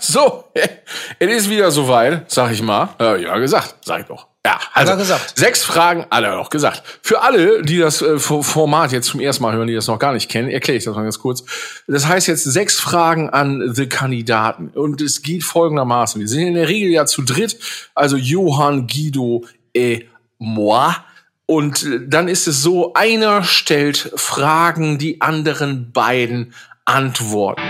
so, es ist wieder soweit, sag ich mal. Äh, ja, gesagt, sag ich doch. Ja, also Hat er gesagt. sechs Fragen, alle noch gesagt. Für alle, die das äh, F- Format jetzt zum ersten Mal hören, die das noch gar nicht kennen, erkläre ich das mal ganz kurz. Das heißt jetzt sechs Fragen an The Kandidaten. Und es geht folgendermaßen. Wir sind in der Regel ja zu dritt, also Johann, Guido et moi. Und äh, dann ist es so, einer stellt Fragen, die anderen beiden antworten.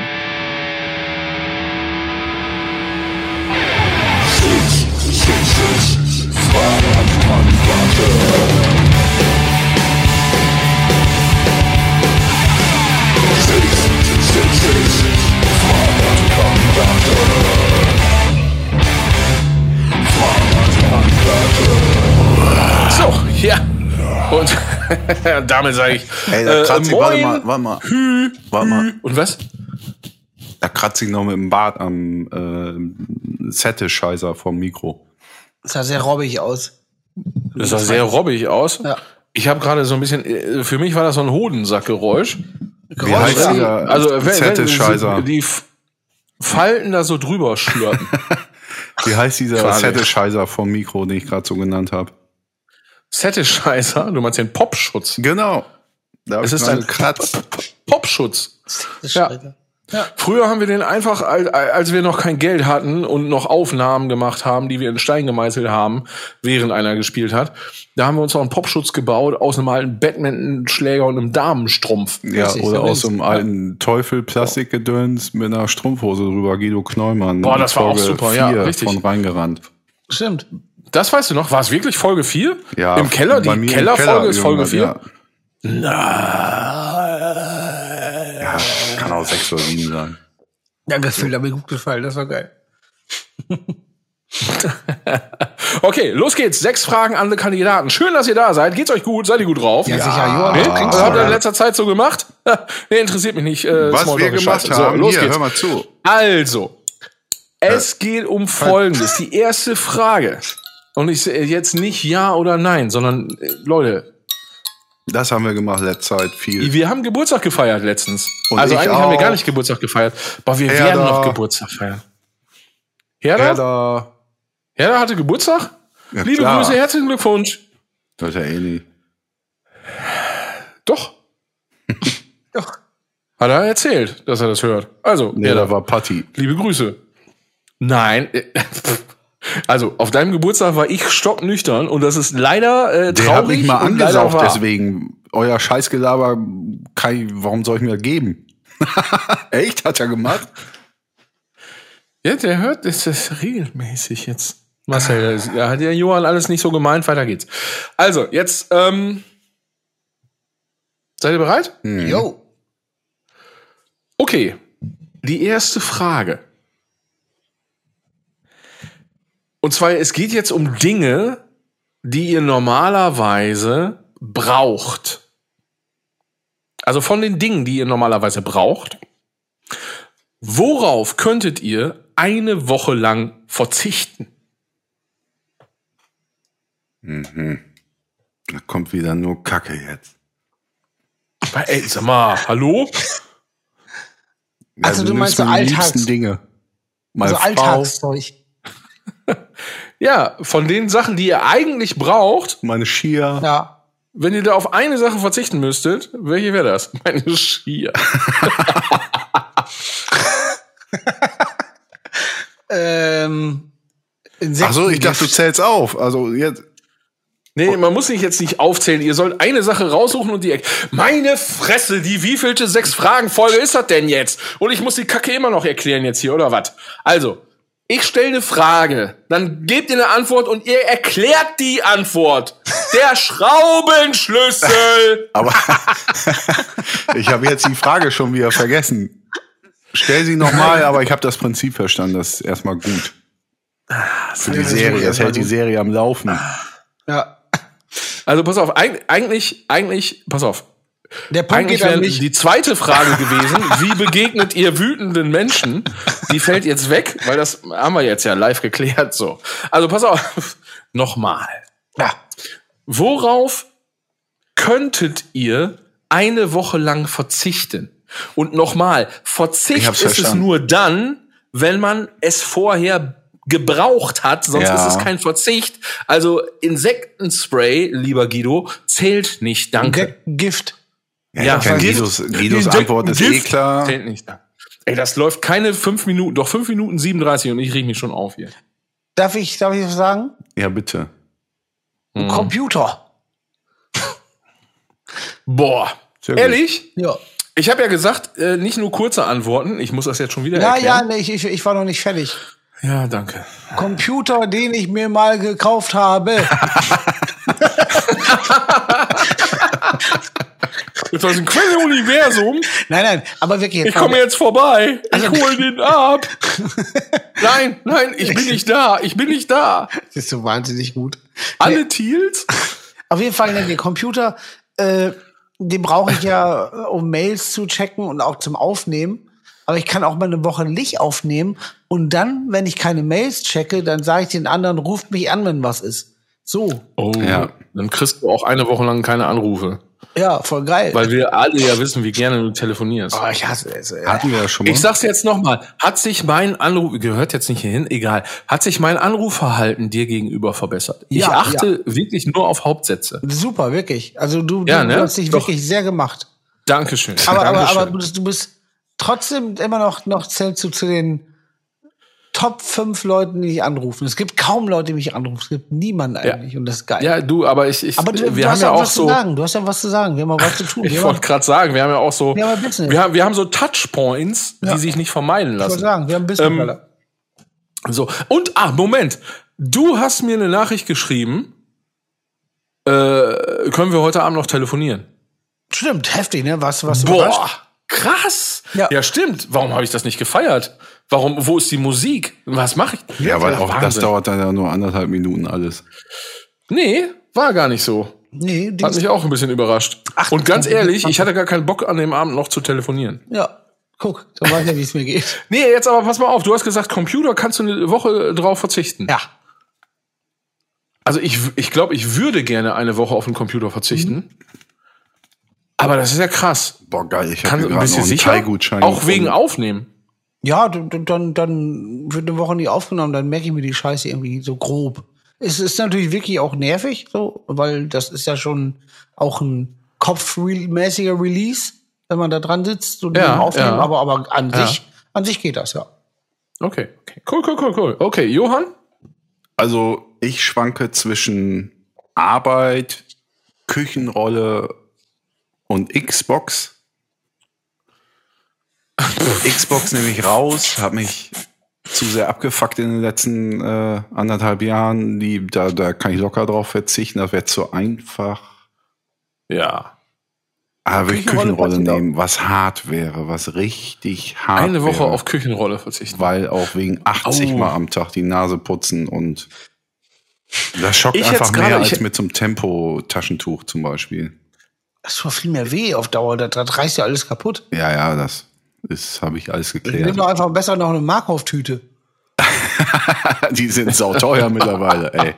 So, ja. Und damit sage ich. Ey, da kratzt sich, warte Äh, moin. mal, warte mal. Warte mal. Und was? Da kratzt sich noch mit dem Bart am äh, Settescheißer vom Mikro. Sah sehr robbig aus. Das sah sehr robbig aus. Ja. Ich habe gerade so ein bisschen, äh, für mich war das so ein Hodensackgeräusch. Wie heißt Geräusch- dieser Also wenn, Zettelscheißer? wenn die F- Falten da so drüber schlürpen. Wie heißt dieser Frage. Settescheißer vom Mikro, den ich gerade so genannt habe? Zettelscheißer, du meinst den Popschutz. Genau. Da Es ist ein Kratz. Popschutz. Das Ja. Schreiter. Früher haben wir den einfach, al- als wir noch kein Geld hatten und noch Aufnahmen gemacht haben, die wir in Stein gemeißelt haben, während einer gespielt hat, da haben wir uns noch einen Popschutz gebaut aus einem alten Badmintonschläger und einem Damenstrumpf. Ja, Richtig, oder so aus so links. einem alten Teufel-Plastikgedöns mit einer Strumpfhose drüber, Guido Kneumann. Boah, das war auch Folge super, ja, vier richtig. Von reingerannt. Stimmt. Das weißt du noch? War es wirklich Folge 4? Ja, Im Keller? Die bei mir im Kellerfolge ist Folge Ah. irgendwann, 4? Ja. ja, kann auch sechs oder sieben sein. Ja, gefühlt, hat mir gut gefallen. Das war geil. Okay, los geht's. Sechs Fragen an die Kandidaten. Schön, dass ihr da seid. Geht's euch gut? Seid ihr gut drauf? Ja, sicher, Johann. Nee? das klingt Ah. Was habt ihr in so. letzter Zeit so gemacht? nee, interessiert mich nicht. Äh, Was wir Smalltalk ist gemacht scheiße. So, haben, los hier, geht's. hör mal zu. Also, Äh, es geht um Folgendes. Die erste Frage. Und ich sehe jetzt nicht Ja oder Nein, sondern, äh, Leute, Das haben wir gemacht letzte Zeit viel. wir haben Geburtstag gefeiert letztens. Äh. Und also ich eigentlich haben wir auch. gar nicht Geburtstag gefeiert, aber wir Herder. werden noch Geburtstag feiern. Herder? Herder, da. hatte Geburtstag? Ja, Liebe klar. Grüße, herzlichen Glückwunsch. Das ist ja eh nicht. Doch, Doch. hat er erzählt, dass er das hört. Also, Nee, Herder, da war Patti. liebe Grüße. Nein. äh, Also, auf deinem Geburtstag war ich stocknüchtern und das ist leider äh, traurig. Der hat mich mal und leider angesaugt, wahr. deswegen. Euer Scheißgelaber, kann ich, warum soll ich mir das geben? Echt? Hat er gemacht? Ja, der hört das, das regelmäßig jetzt. Marcel, das- da hat der Johann alles nicht so gemeint, weiter geht's. Also, jetzt, ähm, seid ihr bereit? Hm. Jo. Okay, die erste Frage. Und zwar, es geht jetzt um Dinge, die ihr normalerweise braucht. Also von den Dingen, die ihr normalerweise braucht, worauf könntet ihr eine Woche lang verzichten? Da kommt wieder nur Kacke jetzt. Weil, Ey, sag mal, hallo? Also du meinst nimmst mir so die liebsten Alltags- Dinge. Meine Also Frau, Alltagszeug. Ja, von den Sachen, die ihr eigentlich braucht, meine Skier. Ja. wenn ihr da auf eine Sache verzichten müsstet, welche wäre das? Meine Skier. Ähm, Insekten. Ach so, ich dachte, du zählst auf. Also jetzt. Nee, man muss nicht jetzt nicht aufzählen. Ihr sollt eine Sache raussuchen und die. Meine Fresse, die wievielte sechs Fragen Folge ist das denn jetzt? Und ich muss die Kacke immer noch erklären jetzt hier oder was? Also, ich stelle eine Frage, dann gebt ihr eine Antwort und ihr erklärt die Antwort. Der Schraubenschlüssel. Aber ich habe jetzt die Frage schon wieder vergessen. Stell sie nochmal, aber ich habe das Prinzip verstanden. Das ist erstmal gut. Ah, Für die Serie. Das hält die Serie am Laufen. Ja. Also pass auf, eig- eigentlich, eigentlich, pass auf. Der Punkt Eigentlich geht an wäre mich. die zweite Frage gewesen, wie begegnet ihr wütenden Menschen? Die fällt jetzt weg, weil das haben wir jetzt ja live geklärt so. Also pass auf, nochmal. Ja. Worauf könntet ihr eine Woche lang verzichten? Und nochmal, Verzicht Ich ist hab's es verstanden. nur dann, wenn man es vorher gebraucht hat, sonst Ja. ist es kein Verzicht. Also Insektenspray, lieber Guido, zählt nicht, danke. Ge- Gift. Ja, Ja, kein Gift. Guidos, Guidos Gift- Antwort ist eh Gift klar. Zählt nicht, danke. Ey, das läuft keine fünf Minuten, doch fünf Minuten 37 und ich rieche mich schon auf hier. Darf ich, darf ich was sagen? Ja, bitte. Hm. Ein Computer. Boah. Sehr gut. Ehrlich? Ja. Ich habe ja gesagt, äh, nicht nur kurze Antworten. Ich muss das jetzt schon wieder Ja, ja, erklären. nee, ich, ich, ich war noch nicht fertig. Ja, ja, danke. Computer, den ich mir mal gekauft habe. 2000 Quelle Universum. nein, nein, aber wirklich. Ich komme jetzt vorbei. Ich hole den ab. Nein, nein, ich bin nicht da. Ich bin nicht da. Das ist so wahnsinnig gut. Alle Thiels? Auf jeden Fall, ne, den Computer, äh, den brauche ich ja, äh, um Mails zu checken und auch zum Aufnehmen. Aber ich kann auch mal eine Woche nicht aufnehmen. Und dann, wenn ich keine Mails checke, dann sage ich den anderen, ruft mich an, wenn was ist. So, Oh, Ja. dann kriegst du auch eine Woche lang keine Anrufe. ja, voll geil. Weil wir alle ja wissen, wie gerne du telefonierst. oh, ich hasse es. ey. Hatten wir ja schon mal. Ich sag's jetzt nochmal, hat sich mein Anruf, gehört jetzt nicht hierhin, egal, hat sich mein Anrufverhalten dir gegenüber verbessert? ich Ja, achte wirklich nur auf Hauptsätze. Super, wirklich. Also du, Ja, du, ne? du hast dich Doch. wirklich sehr gemacht. Dankeschön. Aber, aber, Dankeschön. aber du, bist, du bist trotzdem immer noch, noch zählst du zu den Top 5 Leuten, die dich anrufen. Es gibt kaum Leute, die mich anrufen. Es gibt niemanden eigentlich. Und das ist geil. ja, du, aber ich, ich Aber du, Äh, wir du haben hast ja ja auch was so, zu sagen. Du hast ja was zu sagen. Wir haben mal was zu tun. ich wir haben, wollte ich gerade sagen, wir haben ja auch so, Wir haben ja Business. wir haben, wir haben so Touchpoints, die sich nicht vermeiden wollte lassen. sagen, wir haben ein bisschen. Ähm, So. Und, ah, Moment. Du hast mir eine Nachricht geschrieben, äh, können wir heute Abend noch telefonieren? Stimmt, heftig, ne? Was, was Boah, überrascht. krass. Ja. Ja. stimmt. Warum habe ich das nicht gefeiert? Warum, wo ist die Musik? Was mache ich? ja, weil auch das Wahnsinn. dauert dann ja nur anderthalb Minuten alles. Nee, war gar nicht so. Nee, die Hat mich auch ein bisschen überrascht. Und ganz ehrlich, ich hatte gar keinen Bock, an dem Abend noch zu telefonieren. ja. Guck, da weiß ja, wie es mir geht. Nee, jetzt aber pass mal auf. Du hast gesagt, Computer kannst du eine Woche drauf verzichten. Ja. Also ich, w- ich glaube, ich würde gerne eine Woche auf den Computer verzichten. Aber das ist ja krass. Boah, geil. Ich Kann, habe bist du sicher? Thai-Gutschein. Auch wegen gefunden. Aufnehmen. Ja, d- d- dann, dann wird eine Woche nicht aufgenommen, dann merke ich mir die Scheiße irgendwie so grob. Es ist natürlich wirklich auch nervig, so, weil das ist ja schon auch ein kopfmäßiger Release, wenn man da dran sitzt und Ja, aufnehmen, ja. aber, aber an Ja. sich, an sich geht das, ja. Okay. okay. Cool, cool, cool, cool. Okay, Johann? Also, ich schwanke zwischen Arbeit, Küchenrolle und Xbox. Xbox nehme ich raus, habe mich zu sehr abgefuckt in den letzten äh, anderthalb Jahren. Die, da, da kann ich locker drauf verzichten, das wäre zu einfach. Ja. Ah, will ich Küchenrolle Küchenrolle passiert auch. nehmen, was hart wäre, was richtig hart Eine Woche wäre, auf Küchenrolle verzichten. Weil auch wegen 80 Au. Mal am Tag die Nase putzen und das schockt Ich einfach jetzt gerade- mehr ich- als mit so einem Tempo-Taschentuch zum Beispiel. Das tut viel mehr weh auf Dauer, das, das reißt ja alles kaputt. Ja, ja, das ist, habe ich alles Nimm geklärt. doch einfach besser noch eine Markov-Tüte. die sind sauteuer mittlerweile, ey.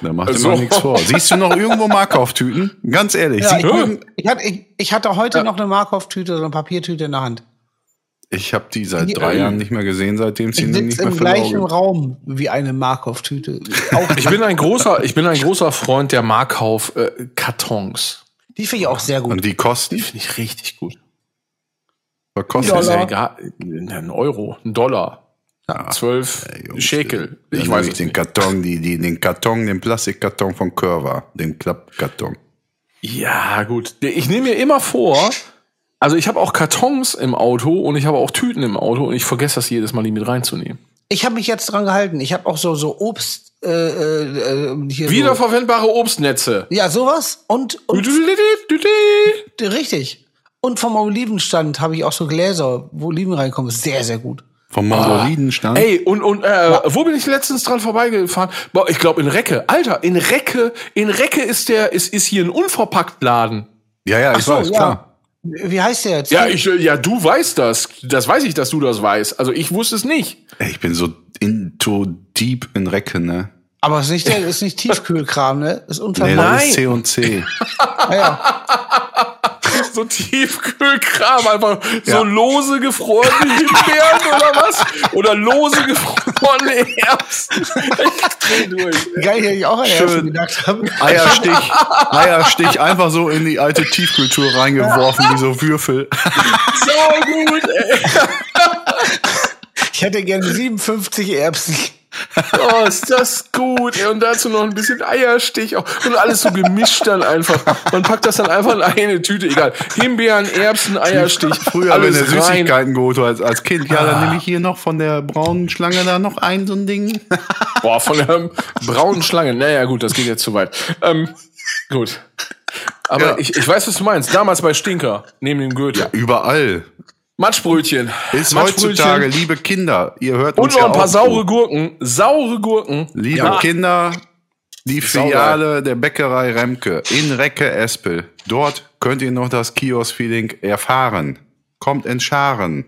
Da macht Also- immer nichts vor. Siehst du noch irgendwo Markauftüten? Ganz ehrlich. Ja, sieht ich, irgend- ich, hatte, ich, ich hatte heute noch eine Markov-Tüte, so eine Papiertüte in der Hand. ich habe die seit Ja. ähm, drei Jahren nicht mehr gesehen, seitdem sie Ich nicht sitze mehr im gleichen verloren. Raum wie eine Markov-Tüte. Auch Ich bin ein großer, ich bin ein großer Freund der Markauf äh, Kartons. Die finde ich auch sehr gut. Und die kosten? Finde ich richtig gut. Was kostet Das ist Dollar. ja egal. Ein Euro, ein Dollar, zwölf Schekel. Ich weiß nicht, äh, den Karton, die, die, den Karton, den Plastikkarton von Curva, den Klappkarton. Ja, gut. Ich nehme mir immer vor, also ich habe auch Kartons im Auto und ich habe auch Tüten im Auto und ich vergesse das jedes Mal, die mit reinzunehmen. Ich habe mich jetzt dran gehalten. Ich habe auch so, so Obst äh, äh, äh, hier. so, Wiederverwendbare Obstnetze. ja, sowas. Und, und richtig. Und vom Olivenstand habe ich auch so Gläser, wo Oliven reinkommen. Ist Sehr, sehr gut. Vom Mongolidenstand. Ah. Ey, und, und äh, wo bin ich letztens dran vorbeigefahren? Boah, ich glaube in Recke. Alter, in Recke, in Recke ist der, ist, ist hier ein Unverpacktladen. Ja, ja, ich So, weiß, klar. Oh, Wie heißt der jetzt? Ja, ich, äh, ja, du weißt das. Das weiß ich, dass du das weißt. Also ich wusste es nicht. Ey, ich bin so into deep in Recke, ne? Aber es ist nicht, der- ist nicht Tiefkühlkram, ne? Ist Nee, unter. das Nein. ist C und C. Ah, ja. So Tiefkühlkram, einfach so Ja. lose gefrorene Himbeeren oder was? oder lose gefrorene Erbsen. Ich dreh durch. Geil, hätte ich auch an Schön. Erbsen gedacht haben. Eierstich, Eierstich einfach so in die alte Tiefkultur reingeworfen, wie so Würfel. So gut, ey. Ich hätte gerne 57 Erbsen. Oh, ist das gut. ey. Und dazu noch ein bisschen Eierstich. auch. Und alles so gemischt dann einfach. Man packt das dann einfach in eine Tüte. Egal. Himbeeren, Erbsen, Eierstich. Früher, wenn alles du rein. Ah. Süßigkeiten geholt hast als, als Kind, ja, dann nehme ich hier noch von der braunen Schlange da noch ein, so ein Ding. Boah, von der ähm, braunen Schlange. Naja, gut, das geht jetzt zu weit. Ähm, gut. Aber Ja. ich, ich weiß, was du meinst. Damals bei Stinker, neben dem Goethe. Überall. Matschbrötchen. Ist Matschbrötchen. heutzutage, liebe Kinder, ihr hört Und uns noch ja ein paar auch saure zu. Gurken. Saure Gurken. Liebe Ja. Kinder, die Filiale der Bäckerei Remke in Recke-Espel. Dort könnt ihr noch das Kiosk-Feeling erfahren. Kommt in Scharen.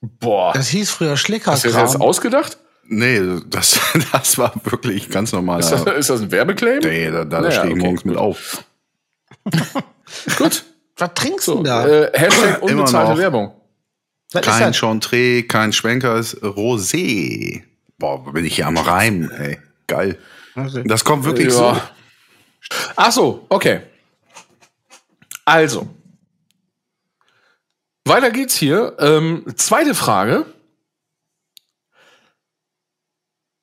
Boah. Das hieß früher Hast du das jetzt Schlickerkram. ausgedacht? Nee, das, das war wirklich ganz normal. Ist das, ist das ein Werbeclaim? Nee, da, da Naja, stehe ich okay. morgens mit auf. Gut. Was trinkst du So, denn da? äh, Hashtag Immer unbezahlte noch. Werbung. Was ist halt- Kein das? Chantre, kein Schwenker, ist Rosé. Boah, bin ich hier am Reim, ey. Geil. Das kommt wirklich so. Ja. Ach so, okay. Also. Weiter geht's hier. Ähm, zweite Frage.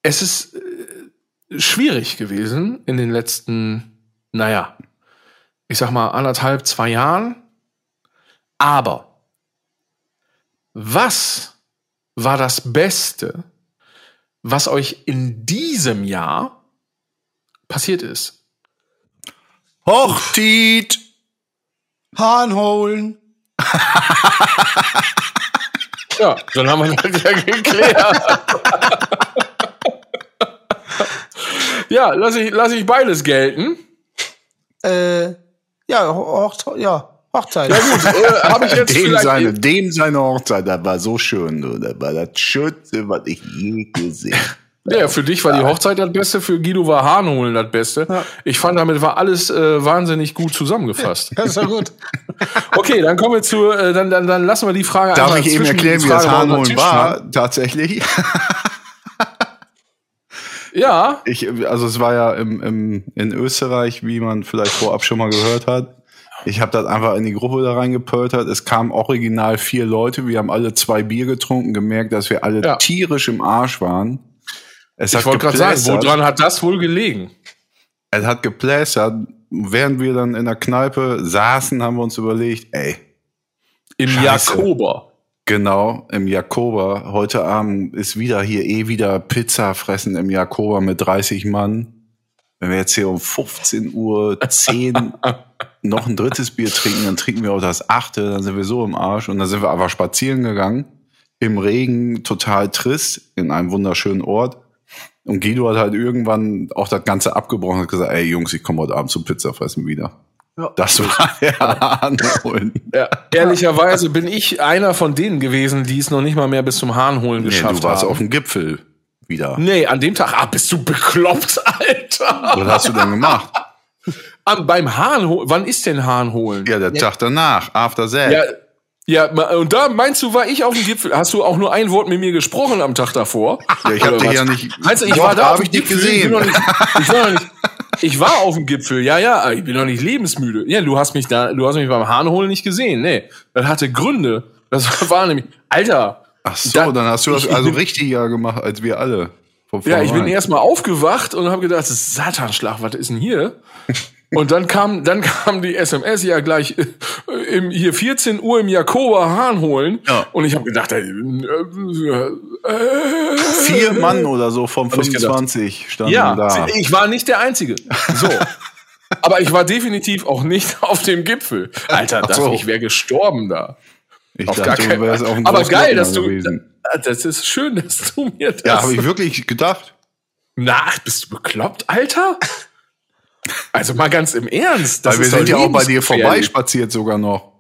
Es ist äh, schwierig gewesen in den letzten, naja, ich sag mal anderthalb, zwei Jahren. Aber was war das Beste, was euch in diesem Jahr passiert ist? Hochtit! Hahn holen. Ja, dann haben wir das ja geklärt. ja, lass ich, lass ich beides gelten. Äh, ja, Hochzeit. Ja, Hochzeit. Ja gut, äh, habe ich jetzt Dem vielleicht... seine, dem seine Hochzeit, das war so schön, du. Das war das Schönste, was ich je gesehen Ja, für dich war die Hochzeit das Beste, für Guido war Hahnholen das Beste. Ich fand, damit war alles äh, wahnsinnig gut zusammengefasst. Das ist doch gut. Okay, dann kommen wir zu, äh, dann, dann, dann lassen wir die Frage Darf einfach ich eben zwischen die erklären, wie das Frage bei unserem Hahnholen Tisch stand? war? Tatsächlich. Ja, Ich, also es war ja im, im, in Österreich, wie man vielleicht vorab schon mal gehört hat. Ich habe das einfach in die Gruppe da reingepöltert. Es kamen original vier Leute. Wir haben alle zwei Bier getrunken, gemerkt, dass wir alle Ja. tierisch im Arsch waren. Es ich wollte gerade sagen, geplästert. woran hat das wohl gelegen? Es hat geplästert. Während wir dann in der Kneipe saßen, haben wir uns überlegt, ey, Im Scheiße. Jakober. Genau, im Jakoba. Heute Abend ist wieder hier eh wieder Pizza fressen im Jakoba mit 30 Mann. Wenn wir jetzt hier um 15 Uhr 10 noch ein drittes Bier trinken, dann trinken wir auch das achte, dann sind wir so im Arsch. Und dann sind wir einfach spazieren gegangen. Im Regen, total trist, in einem wunderschönen Ort. Und Guido hat halt irgendwann auch das Ganze abgebrochen und hat gesagt, ey Jungs, ich komme heute Abend zum Pizza fressen wieder. Ja. Das war der Anholen. Ja, ehrlicherweise bin ich einer von denen gewesen, die es noch nicht mal mehr bis zum Hahnholen Nee, geschafft du warst haben. auf dem Gipfel wieder. Nee, an dem Tag, ah, bist du bekloppt, Alter. Was hast du denn gemacht? An, beim Hahn holen, wann ist denn Hahn holen? Ja, der Tag danach, After That. ja, ja, ma- und da meinst du, war ich auf dem Gipfel? Hast du auch nur ein Wort mit mir gesprochen am Tag davor? Ja, ich hab Oder dich was? ja nicht- Meinst du, ich Doch, war da hab auf dem ich dich Gipfel, Ich, bin gesehen. noch nicht, ich, war noch nicht, ich war auf dem Gipfel, ja, ja, aber ich bin noch nicht lebensmüde. Ja, du hast mich da, du hast mich beim Hahn holen nicht gesehen. Nee, das hatte Gründe. Das war nämlich, Alter. Ach so, da- dann hast du das ich- ich also bin- richtiger gemacht als wir alle. Von Ja, ich bin vornherein. erstmal aufgewacht und habe gedacht, das ist Satanschlag, was ist denn hier? Und dann kam, dann kam die SMS ja gleich äh, im, hier 14 Uhr im Jakoba Hahn holen. Ja. Und ich habe gedacht, ey, äh, äh, vier Mann oder so von ich gedacht. 25 standen ja, da. ich war nicht der Einzige. So. Aber ich war definitiv auch nicht auf dem Gipfel. Alter, Ach das, so. ich wäre gestorben da. Ich Auf gar dachte, du keinen wärst auf Fall. dem Aber geil, Großglockner dass du. gewesen. Das ist schön, dass du mir das. Ja, habe ich wirklich gedacht. Na, ach, bist du bekloppt, Alter? Also mal ganz im Ernst. Weil wir ist doch sind ja auch bei dir lebensgefährlich. vorbeispaziert sogar noch.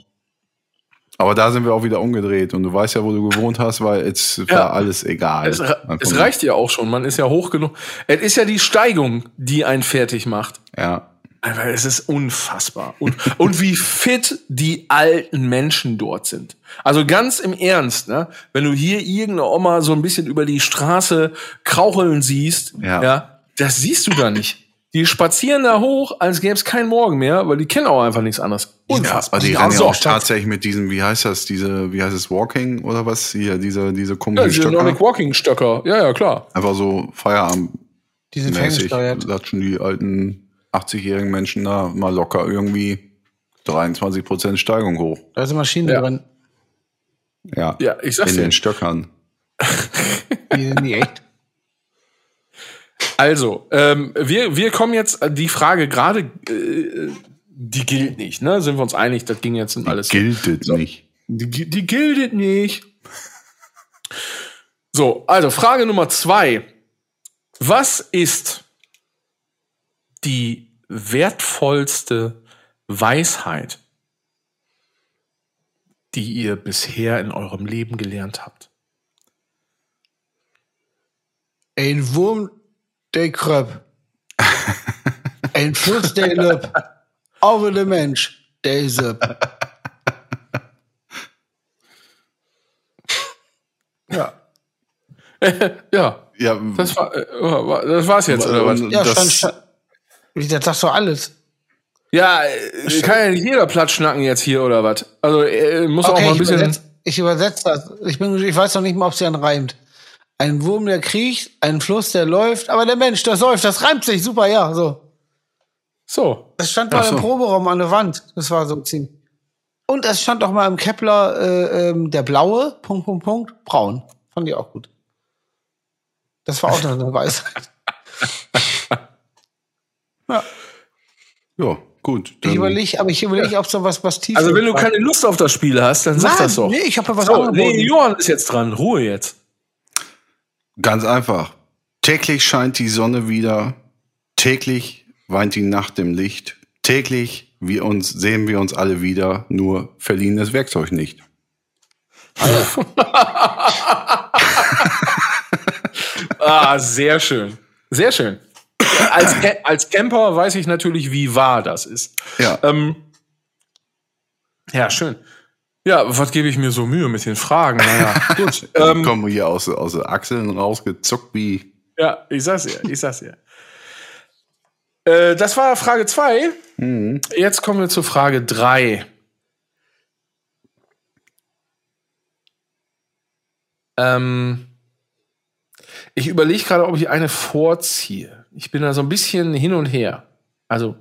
Aber da sind wir auch wieder umgedreht. Und du weißt ja, wo du gewohnt hast, weil jetzt war alles egal. Es, re- es reicht ja auch schon, man ist ja hoch genug. Es ist ja die Steigung, die einen fertig macht. Ja. Aber es ist unfassbar. Und, und wie fit die alten Menschen dort sind. Also ganz im Ernst, ne? Wenn du hier irgendeine Oma so ein bisschen über die Straße kraucheln siehst, Ja. ja das siehst du da nicht. Die spazieren da hoch, als gäbe es keinen Morgen mehr, weil die kennen auch einfach nichts anderes. aber Unfassbar. Also die rennen ja So, auch tatsächlich mit diesem, wie heißt das, diese, wie heißt es, Walking oder was? Hier, diese, diese Ja, komischen diese Stöcker. Nordic Walking Stöcker. Ja, ja, klar. Einfach so Feierabend Die sind mäßig ferngesteuert. latschen die alten 80-jährigen Menschen da mal locker irgendwie 23% Steigung hoch. Da ist eine Maschine Ja. drin. Ja, Ja, ich sag's in dir. den Stöckern. Die sind nicht echt. Also, ähm, wir, wir kommen jetzt, äh, die Frage gerade, äh, die gilt nicht, ne? Sind wir uns einig, das ging jetzt in alles. Gilt es nicht. Die, gi- die giltet nicht. So, also Frage Nummer zwei. Was ist die wertvollste Weisheit, die ihr bisher in eurem Leben gelernt habt? Ein Wurm, der Kröp. Ein Fluss, der Löb. Auwe der Mensch, der Isöp. Ja. ja, Ja, das war äh, war- das war's jetzt, oder was? Ja, Das- stand, stand. Wie, Das sagst du alles. Ja, äh, kann ja nicht jeder platt schnacken jetzt hier oder was. Also äh, muss auch mal ein ich bisschen. übersetz- ich übersetze das. Ich, bin, ich weiß noch nicht mal, ob sie dann reimt. Ein Wurm, der kriecht, ein Fluss, der läuft, aber der Mensch, der säuft, das reimt sich, super, ja, so. So. Das stand mal Ach so. im Proberaum an der Wand, das war so ziemlich. Und es stand auch mal im Kepler, äh, ähm, der blaue, Punkt, Punkt, Punkt, braun. Fand ich auch gut. Das war auch noch eine Weisheit. ja, ja, gut. ich dann- überlege, aber ich überlege, ob so was, was tief Also wenn du keine Lust auf das Spiel hast, dann sag Nein, das doch. Nee, ich habe was so, angeboten. nee, Johann ist jetzt dran. Ruhe jetzt. Ganz einfach. Täglich scheint die Sonne wieder. Täglich weint die Nacht im Licht. Täglich wir uns, sehen wir uns alle wieder. Nur verliehen das Werkzeug nicht. Ah, sehr schön. Sehr schön. Als, Ca- als Camper weiß ich natürlich, wie wahr das ist. Ja. Ähm, ja, schön. Ja, was gebe ich mir so Mühe mit den Fragen? Naja, gut. Ähm, Kommen wir hier aus, aus den Achseln rausgezuckt wie. ja, ich sag's dir, ich sag's dir. Äh, das war Frage 2. Mhm. Jetzt kommen wir zur Frage 3. Ähm, ich überlege gerade, ob ich eine vorziehe. Ich bin da so ein bisschen hin und her. Also,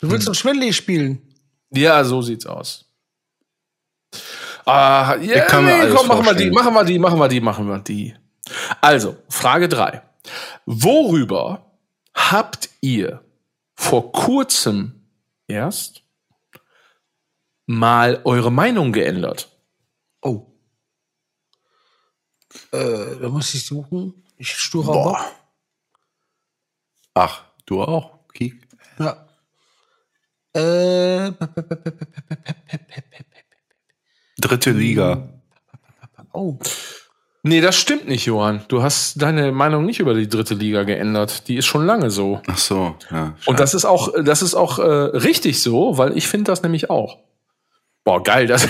Du willst ein Schwindli spielen. ja, so sieht's aus. Ah, ja, Ich kann mir Äh, alles komm, machen wir die, vorstellen. machen wir die, machen wir die, machen wir die. Also, Frage 3. Worüber habt ihr vor kurzem erst mal eure Meinung geändert? Oh. Äh, da muss ich suchen. Ich sturer Boah. Bock. Ach, du auch? Kiek. Ja. Äh, Dritte Liga. oh. Nee, das stimmt nicht, Johann. Du hast deine Meinung nicht über die dritte Liga geändert. Die ist schon lange so. Ach so. Ja, Und das ist auch, das ist auch äh, richtig so, weil ich finde das nämlich auch. Boah, geil, dass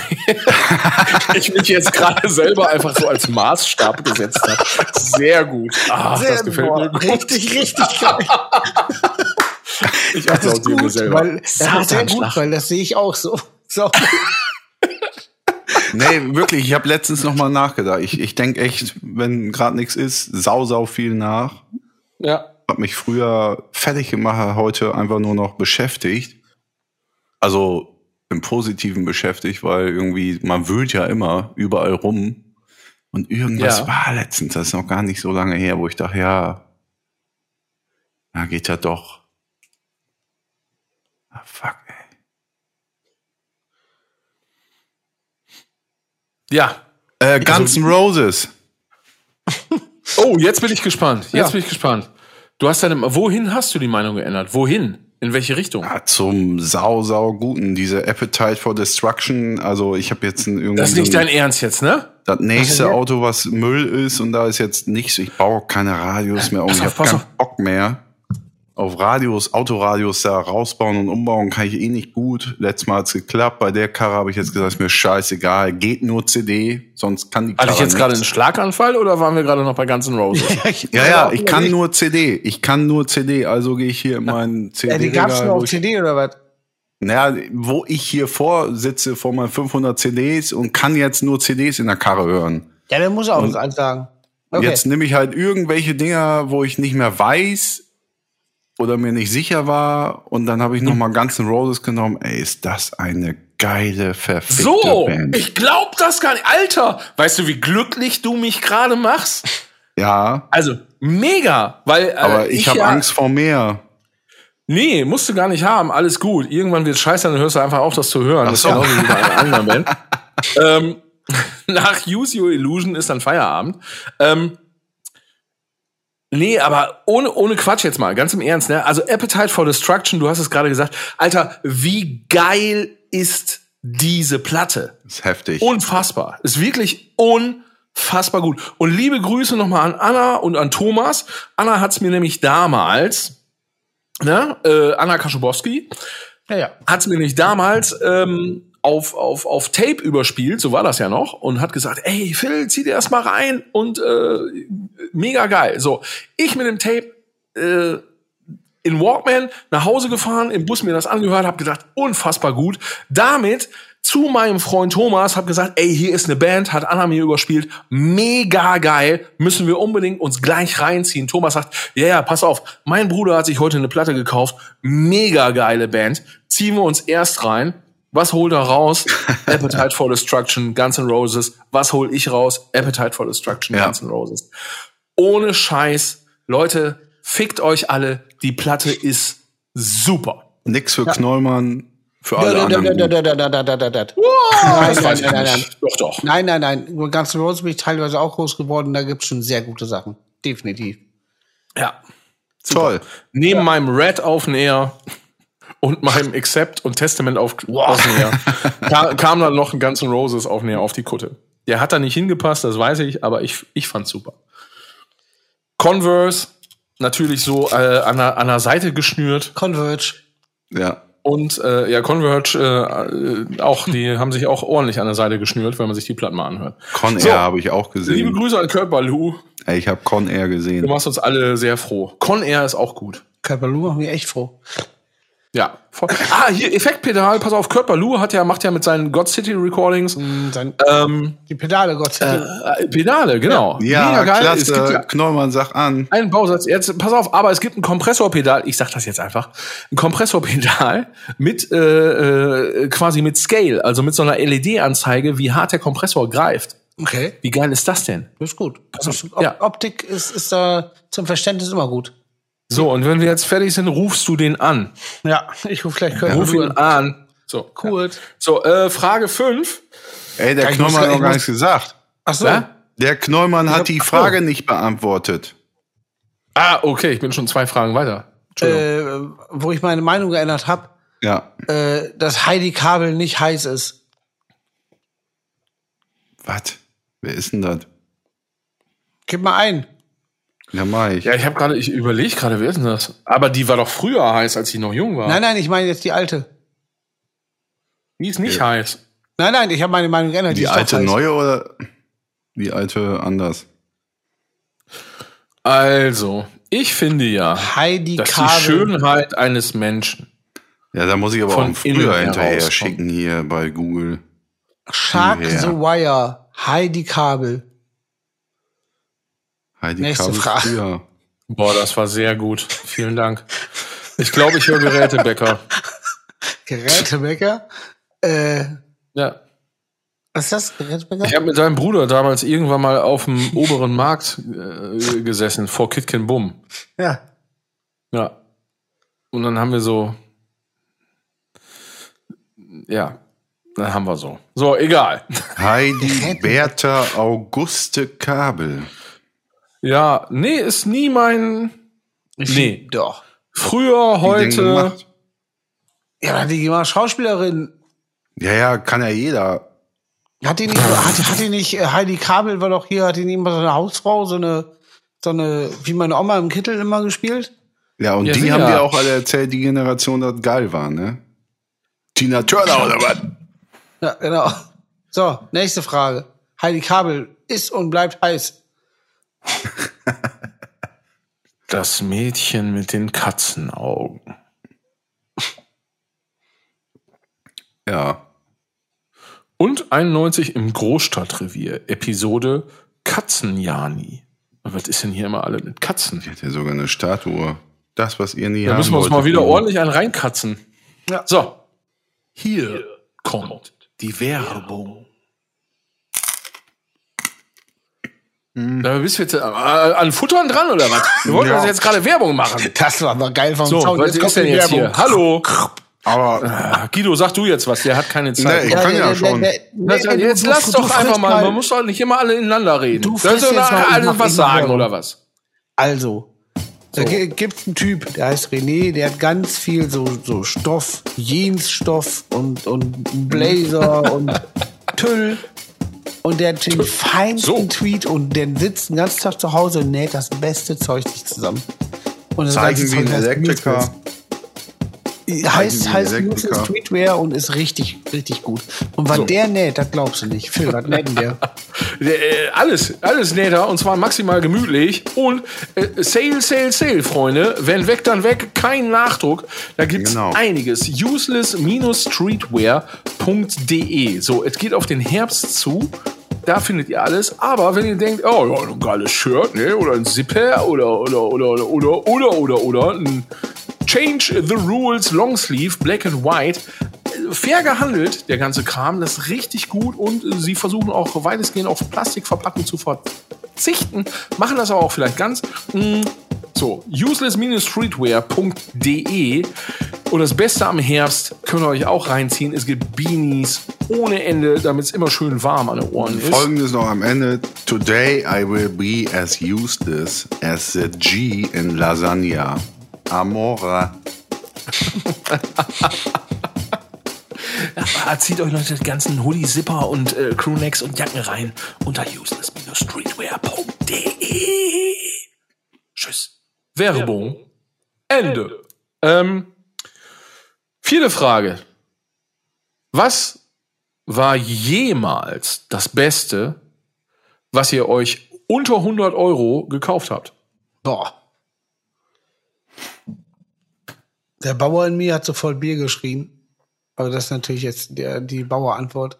ich mich jetzt gerade selber einfach so als Maßstab gesetzt habe. Sehr gut. Ach, das gefällt boah, mir gut. Richtig, richtig geil. Ich Das ist applaudiere mir gut, selber. weil, das ist sehr gut, Satanschlag. weil das sehe ich auch so. so. Nee, wirklich, ich habe letztens nochmal nachgedacht. Ich, ich denke echt, wenn gerade nichts ist, sau, sau viel nach. Ja. Hab mich früher fertig gemacht, heute einfach nur noch beschäftigt. Also im Positiven beschäftigt, weil irgendwie, man wühlt ja immer überall rum. Und irgendwas Ja. war letztens, das ist noch gar nicht so lange her, wo ich dachte, ja, na geht ja doch. Ah, fuck, ey. Ja. Äh, Guns N' Roses. Oh, jetzt bin ich gespannt. Jetzt Ja. bin ich gespannt. Du hast deine, wohin hast du die Meinung geändert? Wohin? In welche Richtung? Ja, zum sau, sau guten. Diese Appetite for Destruction. Also ich habe jetzt ein- irgendwie Das ist nicht so dein ein- Ernst jetzt, ne? das Was nächste denn Auto, was Müll ist und da ist jetzt nichts. Ich baue keine Radios mehr um. Pass Ich auf, habe pass keinen auf. Bock mehr. auf Radios, Autoradios da rausbauen und umbauen kann ich eh nicht gut. Letztes Mal hat's geklappt. Bei der Karre habe ich jetzt gesagt, ist mir scheißegal. Geht nur CD, sonst kann die Karre Hatte ich jetzt gerade einen nichts. Schlaganfall oder waren wir gerade noch bei Guns N' Roses? Ja, ja, Genau. ich kann nur CD. Ich kann nur CD. Also gehe ich hier in meinen CD. Ja, die gab's nur Regal, wo auf ich- CD oder was? Naja, wo ich hier vorsitze vor meinen 500 CDs und kann jetzt nur CDs in der Karre hören. Ja, der muss auch uns eins sagen. Okay. Jetzt nehme ich halt irgendwelche Dinger, wo ich nicht mehr weiß oder mir nicht sicher war und dann habe ich Mhm. nochmal ganzen Roses genommen. Ey, ist das eine geile verfickte so, Band. ich glaub das gar nicht. Alter, weißt du, wie glücklich du mich gerade machst? ja, Also, mega, weil äh, aber ich, habe ja- Angst vor mehr. Nee, musst du gar nicht haben, alles gut. Irgendwann wird scheiße, dann hörst du einfach auf, das zu hören. Das ist so. genauso wie bei einer anderen Band. ähm, nach Use Your Illusion ist dann Feierabend. Ähm, nee, aber ohne, ohne Quatsch jetzt mal, ganz im Ernst, ne? Also Appetite for Destruction, du hast es gerade gesagt. Alter, wie geil ist diese Platte? Das ist heftig. Unfassbar. Ist wirklich unfassbar gut. Und liebe Grüße nochmal an Anna und an Thomas. Anna hat's mir nämlich damals, ne, äh, Anna Kaschubowski, Ja, ja. hat's mir nämlich damals ähm, auf, auf, auf Tape überspielt, so war das ja noch, und hat gesagt, ey, Phil, zieh dir das mal rein und äh, mega geil. So, ich mit dem Tape äh, in Walkman nach Hause gefahren, im Bus mir das angehört, habe gedacht, unfassbar gut. Damit zu meinem Freund Thomas, habe gesagt, ey, hier ist eine Band, hat Anna mir überspielt, mega geil, müssen wir unbedingt uns gleich reinziehen. Thomas sagt, ja, ja, pass auf, mein Bruder hat sich heute eine Platte gekauft, mega geile Band, ziehen wir uns erst rein. Was holt er raus? Appetite for Destruction, Guns N' Roses. Was hol ich raus? Appetite for Destruction, Ja. Guns N' Roses. Ohne Scheiß. Leute, fickt euch alle. Die Platte ist super. Nix für Knollmann, für alle Da, da, da, anderen. da, da, da, da, da, da, da. Das nein, weiß ich nein, nein, nicht. Doch, doch. Nein, nein, nein. Nur Guns N' Roses bin ich teilweise auch groß geworden. Da gibt's schon sehr gute Sachen. Definitiv. Ja. Toll. Neben meinem Red auf den Air und meinem Accept und Testament auf, auf den Air kam, kam dann noch ein Guns N' Roses auf den Air auf die Kutte. Der hat da nicht hingepasst, das weiß ich, aber ich, ich fand's super. Converse, natürlich so äh, an, der, an der Seite geschnürt. Converge. Ja. Und äh, ja, Converge äh, äh, auch, die haben sich auch ordentlich an der Seite geschnürt, wenn man sich die Platten mal anhört. Con Air So. habe ich auch Liebe gesehen. Grüße an Kurt Balou. Ey, ich habe Con Air gesehen. Du machst uns alle sehr froh. Con Air ist auch gut. Kapalu macht mich echt froh. Ja. Voll. Ah, hier Effektpedal, pass auf, Kurt Balou hat ja, macht ja mit seinen God City Recordings Hm, Sein, ähm, die Pedale, Gott sei Dank. äh, Pedale, genau. Ja, Es gibt klasse. ja Knollmann, sag an. einen Bausatz. Jetzt, pass auf, aber es gibt ein Kompressorpedal, ich sag das jetzt einfach, ein Kompressorpedal mit äh, äh, quasi mit Scale, also mit so einer LED-Anzeige, wie hart der Kompressor greift. Okay. Wie geil ist das denn? Das ist gut. Das, Op ja. Optik ist, ist da zum Verständnis immer gut. So, und wenn wir jetzt fertig sind, rufst du den an. Ja, ich rufe gleich Kurt Ruf ihn an. So, cool. Kurt. So, äh, Frage 5. Ey, der ich Knollmann muss- hat ich noch gar muss- nichts gesagt. Ach so. Ja? Der Knollmann hat die ach so. Frage nicht beantwortet. Ah, okay, ich bin schon zwei Fragen weiter. Entschuldigung. Äh, wo ich meine Meinung geändert habe, Ja. äh, dass Heidi Kabel nicht heiß ist. Was? Wer ist denn das? Gib mal ein. Ja, mach ich. Ja, ich habe gerade, ich überlege gerade, wer ist denn das? Aber die war doch früher heiß, als sie noch jung war. Nein, nein, ich meine jetzt die alte. Die ist nicht heiß. Nein, nein, ich habe meine Meinung geändert. die ist doch alte heiß. neue oder die alte anders? Also, ich finde ja, Heidi dass die Kabel. Schönheit eines Menschen. Ja, da muss ich aber Von auch einen früher innen hinterher heraus schicken hier bei Google. Shark Ja. the Wire. Heidi Kabel. Heidi Nächste Kabel Frage. früher. Boah, das war sehr gut. Vielen Dank. Ich glaube, ich höre Gerätebäcker. Gerätemecker. äh, Ja. was ist das? Gerätemecker? Ich habe mit deinem Bruder damals irgendwann mal auf dem oberen Markt äh, gesessen, vor Kitkin Bum. Ja. Ja. Und dann haben wir so. Ja, dann haben wir so. So, egal. Heidi Bertha Auguste Kabel. Ja, nee, ist nie mein. Nee. Doch. Früher, Die denn heute. gemacht? Ja, dann hat die gemacht. Schauspielerin. Ja, ja, kann ja jeder. Hat die nicht, hat, hat die nicht, äh, Heidi Kabel war doch hier, hat die nicht immer so eine Hausfrau, so eine, so eine, wie meine Oma im Kittel immer gespielt? Ja, und Ja, die sicher. haben dir auch alle erzählt, die Generation, das geil war, ne? Tina Turner oder was? Ja, genau. So, nächste Frage. Heidi Kabel ist und bleibt heiß. Das Mädchen mit den Katzenaugen. Ja. Und 91 im Großstadtrevier, Episode Katzenjani. Was ist denn hier immer alle mit Katzen? Die hat ja sogar eine Statue. Das, was ihr nie Da haben müssen wir uns wolltet, mal wieder ne? ordentlich einen reinkatzen. Ja. So. Hier kommt die Werbung. Da bist du jetzt äh, an Futtern dran oder was? Wir wollten Ja. also jetzt gerade Werbung machen. Das war aber geil vom So, Sound. was kommt ist denn die jetzt hier? Werbung. Hallo. Aber Ah, Guido, sag du jetzt was, der hat keine Zeit. Nee, Ich kann ja schon. Das- nee, jetzt du- lass du- doch du einfach frisst mal, man muss doch nicht immer alle ineinander reden. Du Sollst frisst du jetzt nach mal, ich alles mach was eben sagen Werbung. oder was? Also, da gi- gibt's einen Typ, der heißt René, der hat ganz viel so, so Stoff, Jeansstoff und, und Blazer Mhm. und Tüll. Und der hat den feinsten So. Tweet und der sitzt den ganzen Tag zu Hause und näht das beste Zeug sich zusammen. Und das zeigen ganze Sie einen heißt Elektriker. Muesli. Heißt, Sie heißt einen Muesli Elektriker. Streetwear und ist richtig, richtig gut. Und was der näht, das glaubst du nicht. Phil, was näht denn der? Äh, alles, alles näher und zwar maximal gemütlich und äh, Sale, Sale, Sale, Freunde. Wenn weg, dann weg, kein Nachdruck. Da gibt's Genau. einiges. Useless-streetwear.de. So, es geht auf den Herbst zu. Da findet ihr alles. Aber wenn ihr denkt, oh ja, ein geiles Shirt, ne? Oder ein Zipper oder oder oder oder oder oder oder oder ein Change the Rules Longsleeve Black and White. Äh, Fair gehandelt, der ganze Kram, das ist richtig gut und äh, sie versuchen auch weitestgehend auf Plastikverpackung zu verzichten, machen das aber auch vielleicht ganz. Mm, So, useless-streetwear.de und das Beste am Herbst könnt ihr euch auch reinziehen. Es gibt Beanies ohne Ende, damit es immer schön warm an den Ohren ist. folgendes noch am Ende. Today I will be as useless as the G in Lasagna. Amora. Ah, Zieht euch noch den ganzen Hoodie, Zipper und äh, Crewnecks und Jacken rein unter useless-streetwear.de. Tschüss. Werbung. Ende. Ähm, vierte Frage. Was war jemals das Beste, was ihr euch unter 100 Euro gekauft habt? Boah. Der Bauer in mir hat sofort Bier geschrien. Aber das ist natürlich jetzt der, die Bauerantwort.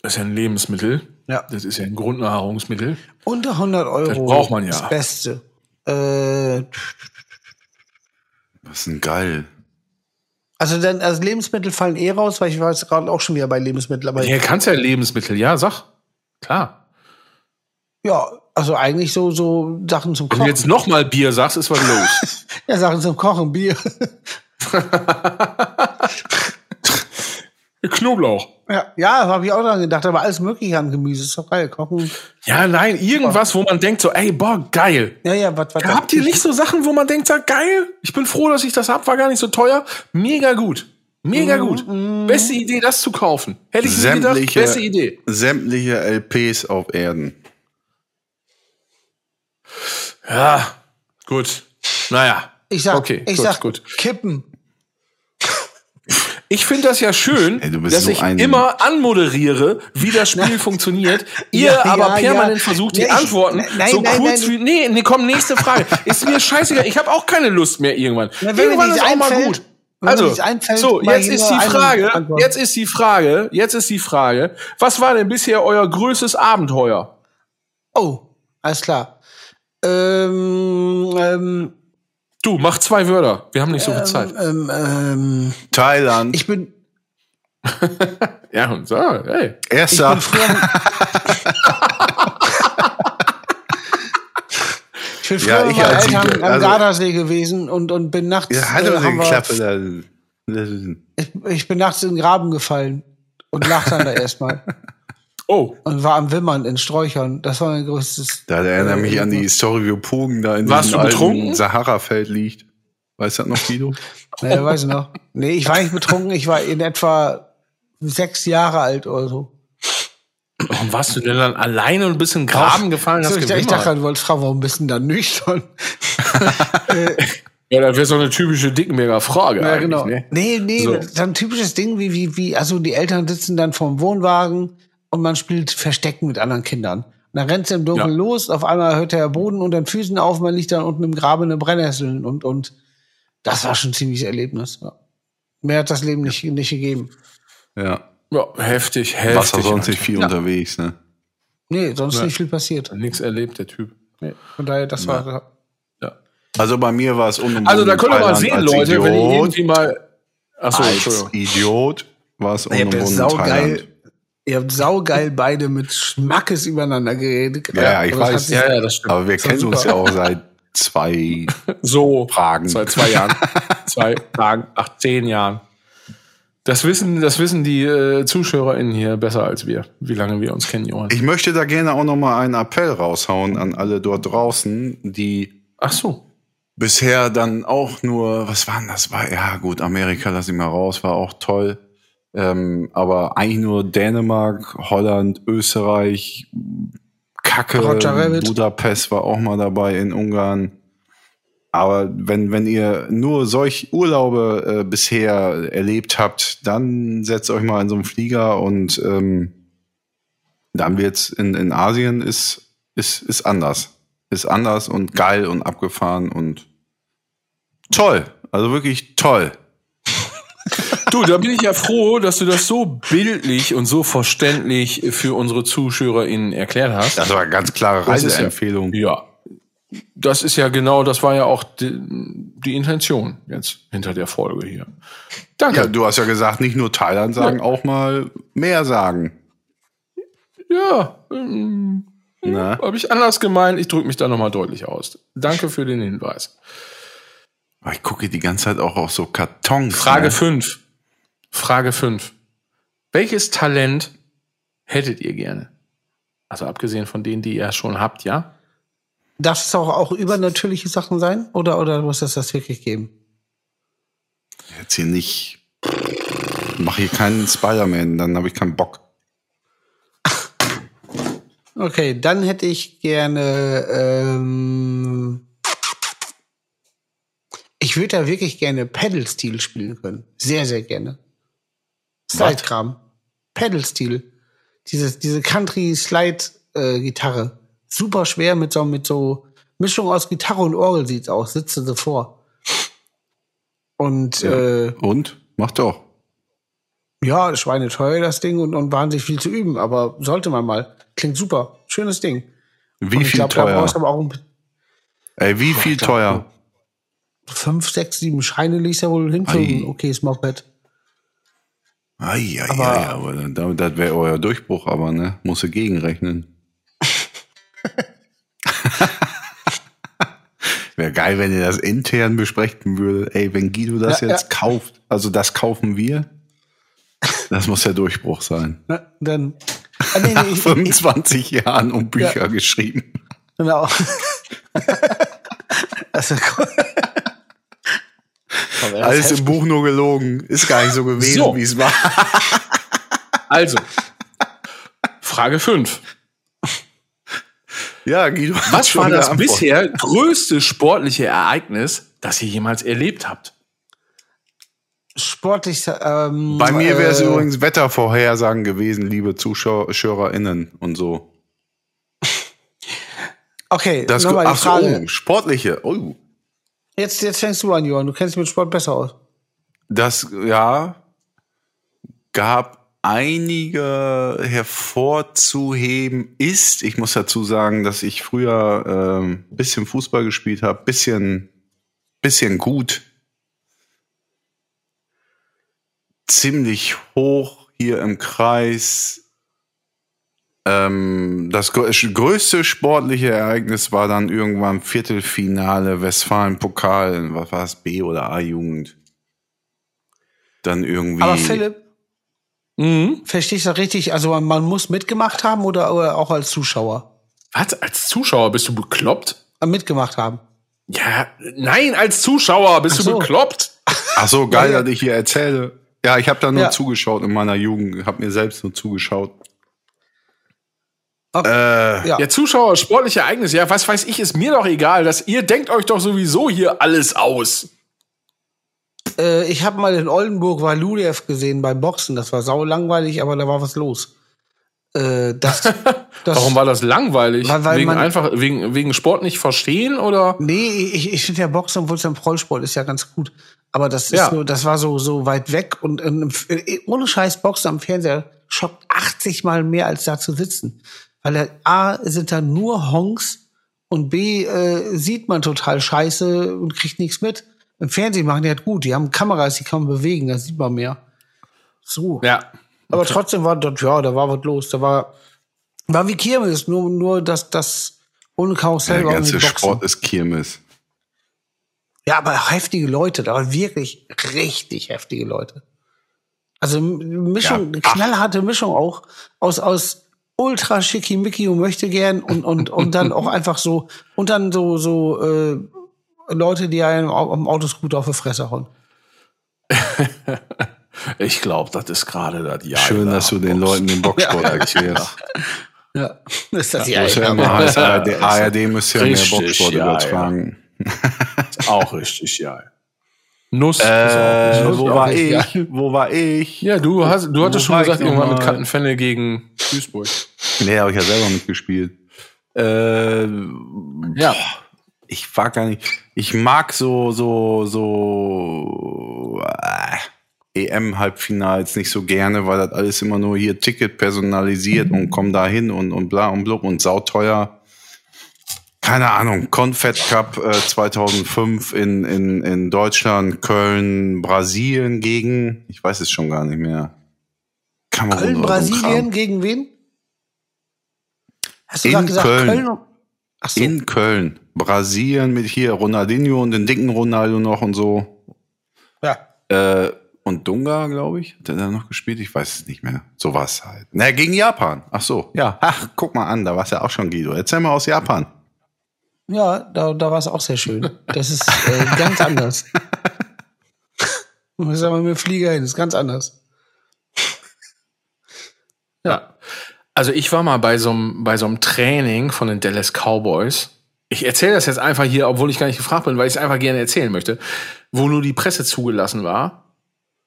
Das ist ja ein Lebensmittel. Ja. Das ist ja ein Grundnahrungsmittel. Unter 100 Euro. Das braucht man ja. Das Beste. Äh, Was ist denn geil? also dann, also Lebensmittel fallen eh raus, weil ich war jetzt gerade auch schon wieder bei Lebensmitteln. Aber Ja, kannst ja Lebensmittel, ja, sag. Klar. ja, also eigentlich so, so Sachen zum Wenn du Kochen. Also jetzt nochmal Bier sagst, ist was los. Ja, Sachen zum Kochen, Bier. Knoblauch. ja, ja habe ich auch dran gedacht, aber alles mögliche an Gemüse. Ist doch geil. Kochen. Ja, nein, irgendwas, wo man denkt so, ey, boah, geil. Ja, ja, was, was. Habt ihr nicht so Sachen, wo man denkt, so, geil? Ich bin froh, dass ich das hab, war gar nicht so teuer. Mega gut. Mega gut. Mhm. Beste Idee, das zu kaufen. Hätte ich nie gedacht, Sämtliche, beste Idee. sämtliche LPs auf Erden. Ja, gut. Naja. Ich sag, okay, ich gut, sag, gut. kippen. Ich finde das ja schön, Ey, du bist dass so ich ein- immer anmoderiere, wie das Spiel funktioniert. Ihr Ja, aber ja, permanent ja. versucht, die Ja, ich- Antworten nein, so nein, kurz nein. wie. Nee, nee, komm, nächste Frage. ist mir scheißegal. Ich habe auch keine Lust mehr irgendwann. Na, wenn mir irgendwann nichts ist auch mal einfällt- gut. wenn mir Also, nichts einfällt, so, mach jetzt ich ist nur die eine Frage, Antwort. jetzt ist die Frage, jetzt ist die Frage, was war denn bisher euer größtes Abenteuer? Oh, alles klar. Ähm, ähm, Du, mach zwei Wörter. Wir haben nicht so viel Zeit. ähm, ähm, Thailand. ich bin, Ja, und so, ey. ich Erster. bin früher. ich bin früher Ja, mit ich meinen als Eltern Idee, am also- Gardasee gewesen und, und bin nachts. ja, halt äh, doch haben den wir- Klappe da. ich, ich bin nachts in den Graben gefallen und lachte dann da erstmal Oh, und war am Wimmern in Sträuchern. Das war mein größtes. Äh, Da erinnert mich an die Story, wie Pogen da in Äh, Warst diesem du alten betrunken? Sahara-Feld liegt. Weißt du das noch, Guido? Naja, weiß ich noch. Nee, ich war nicht betrunken, ich war in etwa sechs Jahre alt oder so. warum warst du denn dann alleine und bist in den Graben gefallen? So, hast ich, ich gewimmert? dachte, du wolltest fragen, warum bist du denn dann nüchtern? Ja, das wäre so eine typische Dickenberger Frage. Ja, eigentlich, genau. Ne? Nee, nee, So. das ist ein typisches Ding, wie, wie, wie, also die Eltern sitzen dann vorm Wohnwagen und man spielt Verstecken mit anderen Kindern. Und dann rennt sie im Dunkeln Ja. los, auf einmal hört der Boden unter den Füßen auf, man liegt dann unten im Graben in den Brennnesseln und, und das war schon ein ziemliches Erlebnis. Ja. Mehr hat das Leben nicht, nicht gegeben. Ja. Ja, heftig, heftig. Wasser sonst nicht viel Ja. unterwegs, ne? Nee, sonst Ja. nicht viel passiert. Nichts erlebt, der Typ. Nee, von daher, das war. Ja. Also bei mir war es unumwunden. Also da könnt ihr mal Thailand sehen, als Leute, Idiot, wenn ihr irgendwie mal. Achso, als Entschuldigung. Idiot war es Ihr habt ja unumwunden Thailand. saugeil, ihr habt saugeil beide mit Schmackes übereinander geredet. Ja, ja, ich Aber das weiß. hat sich- Ja, ja, das stimmt. Aber wir war kennen uns ja auch seit zwei so Fragen. seit zwei Jahren, zwei Tagen, acht, zehn Jahren. Das wissen, das wissen die äh, ZuschauerInnen hier besser als wir, wie lange wir uns kennen, Johann. Ich möchte da gerne auch noch mal einen Appell raushauen an alle dort draußen, die Ach so. bisher dann auch nur, was waren das? War ja gut, Amerika lass ich mal raus, war auch toll. Ähm, aber eigentlich nur Dänemark, Holland, Österreich, Kacke, Roger Rabbit. Budapest war auch mal dabei in Ungarn. Aber wenn, wenn ihr nur solch Urlaube äh, bisher erlebt habt, dann setzt euch mal in so einen Flieger und ähm, dann wird's in, in Asien ist, ist, ist anders. Ist anders und geil und abgefahren und toll. Also wirklich toll. Du, da bin ich ja froh, dass du das so bildlich und so verständlich für unsere ZuschauerInnen erklärt hast. Das war eine ganz klare Das ist ja- Reiseempfehlung. Ja. Das ist ja genau, das war ja auch die, die Intention jetzt hinter der Folge hier. Danke. Ja, du hast ja gesagt, nicht nur Thailand sagen, auch mal mehr sagen. Ja, ähm, Mhm. Na? habe ich anders gemeint. Ich drücke mich da nochmal deutlich aus. Danke für den Hinweis. Aber ich gucke die ganze Zeit auch auf so Kartons. Frage ne? 5. Frage 5. Welches Talent hättet ihr gerne? Also abgesehen von denen, die ihr schon habt, ja? Darf es auch, auch übernatürliche Sachen sein? Oder, oder muss es das wirklich geben? Jetzt hier nicht. Mach hier keinen Spider-Man, dann habe ich keinen Bock. Okay, dann hätte ich gerne. Ähm, ich würde da wirklich gerne Pedal-Stil spielen können. Sehr, sehr gerne. Slide-Kram. Pedal-Stil. Dieses, diese Country-Slide-Gitarre. Super schwer mit so, mit so Mischung aus Gitarre und Orgel sieht's aus. Sitze sie vor. Und, äh, Und? Mach doch. Ja, schweineteuer das Ding und, und wahnsinnig viel zu üben, aber sollte man mal. Klingt super. Schönes Ding. Wie und ich viel glaub, da teuer? brauchst du aber auch ein- Ey, wie viel teuer? fünf, sechs, sieben Scheine liegst ja wohl hin für Ei. ein okayes Moped. Ei, ei, Aber- ei, aber dann- damit- das wäre euer Durchbruch, aber ne, muss er gegenrechnen. wäre geil, wenn ihr das intern besprechen würdet. Ey, wenn Guido das Ja, jetzt kauft, also das kaufen wir, das muss der Durchbruch sein. Ne? Dann. Ah, nee, nee, Nach ich, 25 Jahren um Bücher geschrieben. genau. also, cool. Alles im Buch nur gelogen. Ist gar nicht so gewesen, So. wie es war. Also, Frage 5. Ja, Guido. hat Was schon war eine das Antwort. bisher größte sportliche Ereignis, das ihr jemals erlebt habt? sportlich. Ähm, Bei mir wäre es äh, übrigens Wettervorhersagen gewesen, liebe ZuschauerInnen und so. Okay, Das nochmal die ach so, Frage. oh, sportliche. Oh, Jetzt, jetzt fängst du an, Johann. Du kennst dich mit Sport besser aus. das ja gab einige hervorzuheben ist. Ich muss dazu sagen, dass ich früher ähm, bisschen Fußball gespielt habe, bisschen bisschen gut, ziemlich hoch hier im Kreis. Ähm, das grö- größte sportliche Ereignis war dann irgendwann Viertelfinale Westfalen-Pokal, was war es, B- oder A-Jugend. Dann irgendwie. Aber Philipp, Mhm. verstehe ich das richtig? Also man, man muss mitgemacht haben oder, oder auch als Zuschauer? Äh, Was? Als Zuschauer bist du bekloppt? mitgemacht haben. Ja, nein, als Zuschauer bist Ach du so. bekloppt. Ach so, geil, Ja, ja. dass ich hier erzähle. Ja, ich habe da nur Ja. zugeschaut in meiner Jugend, habe mir selbst nur zugeschaut. Äh, Ja, Zuschauer, sportliche Ereignisse, ja, was weiß ich, ist mir doch egal, dass ihr denkt euch doch sowieso hier alles aus. Äh, ich habe mal in Oldenburg Valudev gesehen beim Boxen. Das war sau langweilig, aber da war was los. Äh, das, das, Warum war das langweilig? Weil- weil wegen man- einfach wegen wegen Sport nicht verstehen oder Nee, ich, ich finde ja Boxen, obwohl es ja ein Prollsport ist, ja ganz gut. Aber das ist Ja. so, das war so, so weit weg und in, einem F- äh, ohne Scheiß Boxen am Fernseher schockt 80 mal mehr als da zu sitzen. Weil da, A, sind da nur Honks und B, äh, sieht man total scheiße und kriegt nichts mit. Im Fernsehen machen die halt gut. Die haben Kameras, die kann man bewegen, da sieht man mehr. So. ja. Aber trotzdem war dort, ja, da war was los. Da war, war wie Kirmes, nur, nur dass das ohne Karussell der war ganze mit Boxen. Sport ist Kirmes. Ja, aber heftige Leute, da waren wirklich richtig heftige Leute. Also M- Mischung, Ja, eine ach. knallharte Mischung auch aus aus ultra schickimicki und möchte gern und und und dann auch einfach so und dann so so äh, Leute, die einem au- am Autoscooter auf die Fresse hauen. Ich glaube, das ist gerade das Jahr. Schön, da. dass du den Leuten den Boxsport erklärst. Ja, ist das ja, Muss ja immer ja, heißen, ARD, ARD müsste ja mehr Richtig, Boxsport ja, übertragen. auch richtig ja. Nuss. Äh, ist auch- wo ist auch war richtig, ich? Wo war ich? Ja, du hast du hattest Wo schon war ich gesagt, irgendwann mit nochmal? Kattenfenne gegen Duisburg. Nee, habe ich ja selber mitgespielt. Äh, Ja. ich war gar nicht. Ich mag so, so, so äh, EM-Halbfinals nicht so gerne, weil das alles immer nur hier Ticket personalisiert Mhm. und komm da hin und, und bla und blub und sauteuer. Keine Ahnung, Confed Cup äh, 2005 in, in, in Deutschland, Köln, Brasilien gegen, ich weiß es schon gar nicht mehr. Kamerun Köln oder so ein Kram. Brasilien gegen wen? Hast du In gerade gesagt Köln. Köln? und- Ach so. In Köln. Brasilien mit hier Ronaldinho und den dicken Ronaldo noch und so. ja. Äh, und Dunga, glaube ich, hat er da noch gespielt? Ich weiß es nicht mehr. So war es halt. Na, gegen Japan. Ach so, ja. Ach, guck mal an, da war es ja auch schon Guido. Erzähl mal aus Japan. Ja, da, da war es auch sehr schön. Das ist äh, ganz anders. Ich sag mal, mit dem Flieger hin, ist ganz anders. Ja. Also ich war mal bei so einem bei so einem Training von den Dallas Cowboys. Ich erzähle das jetzt einfach hier, obwohl ich gar nicht gefragt bin, weil ich es einfach gerne erzählen möchte, wo nur die Presse zugelassen war.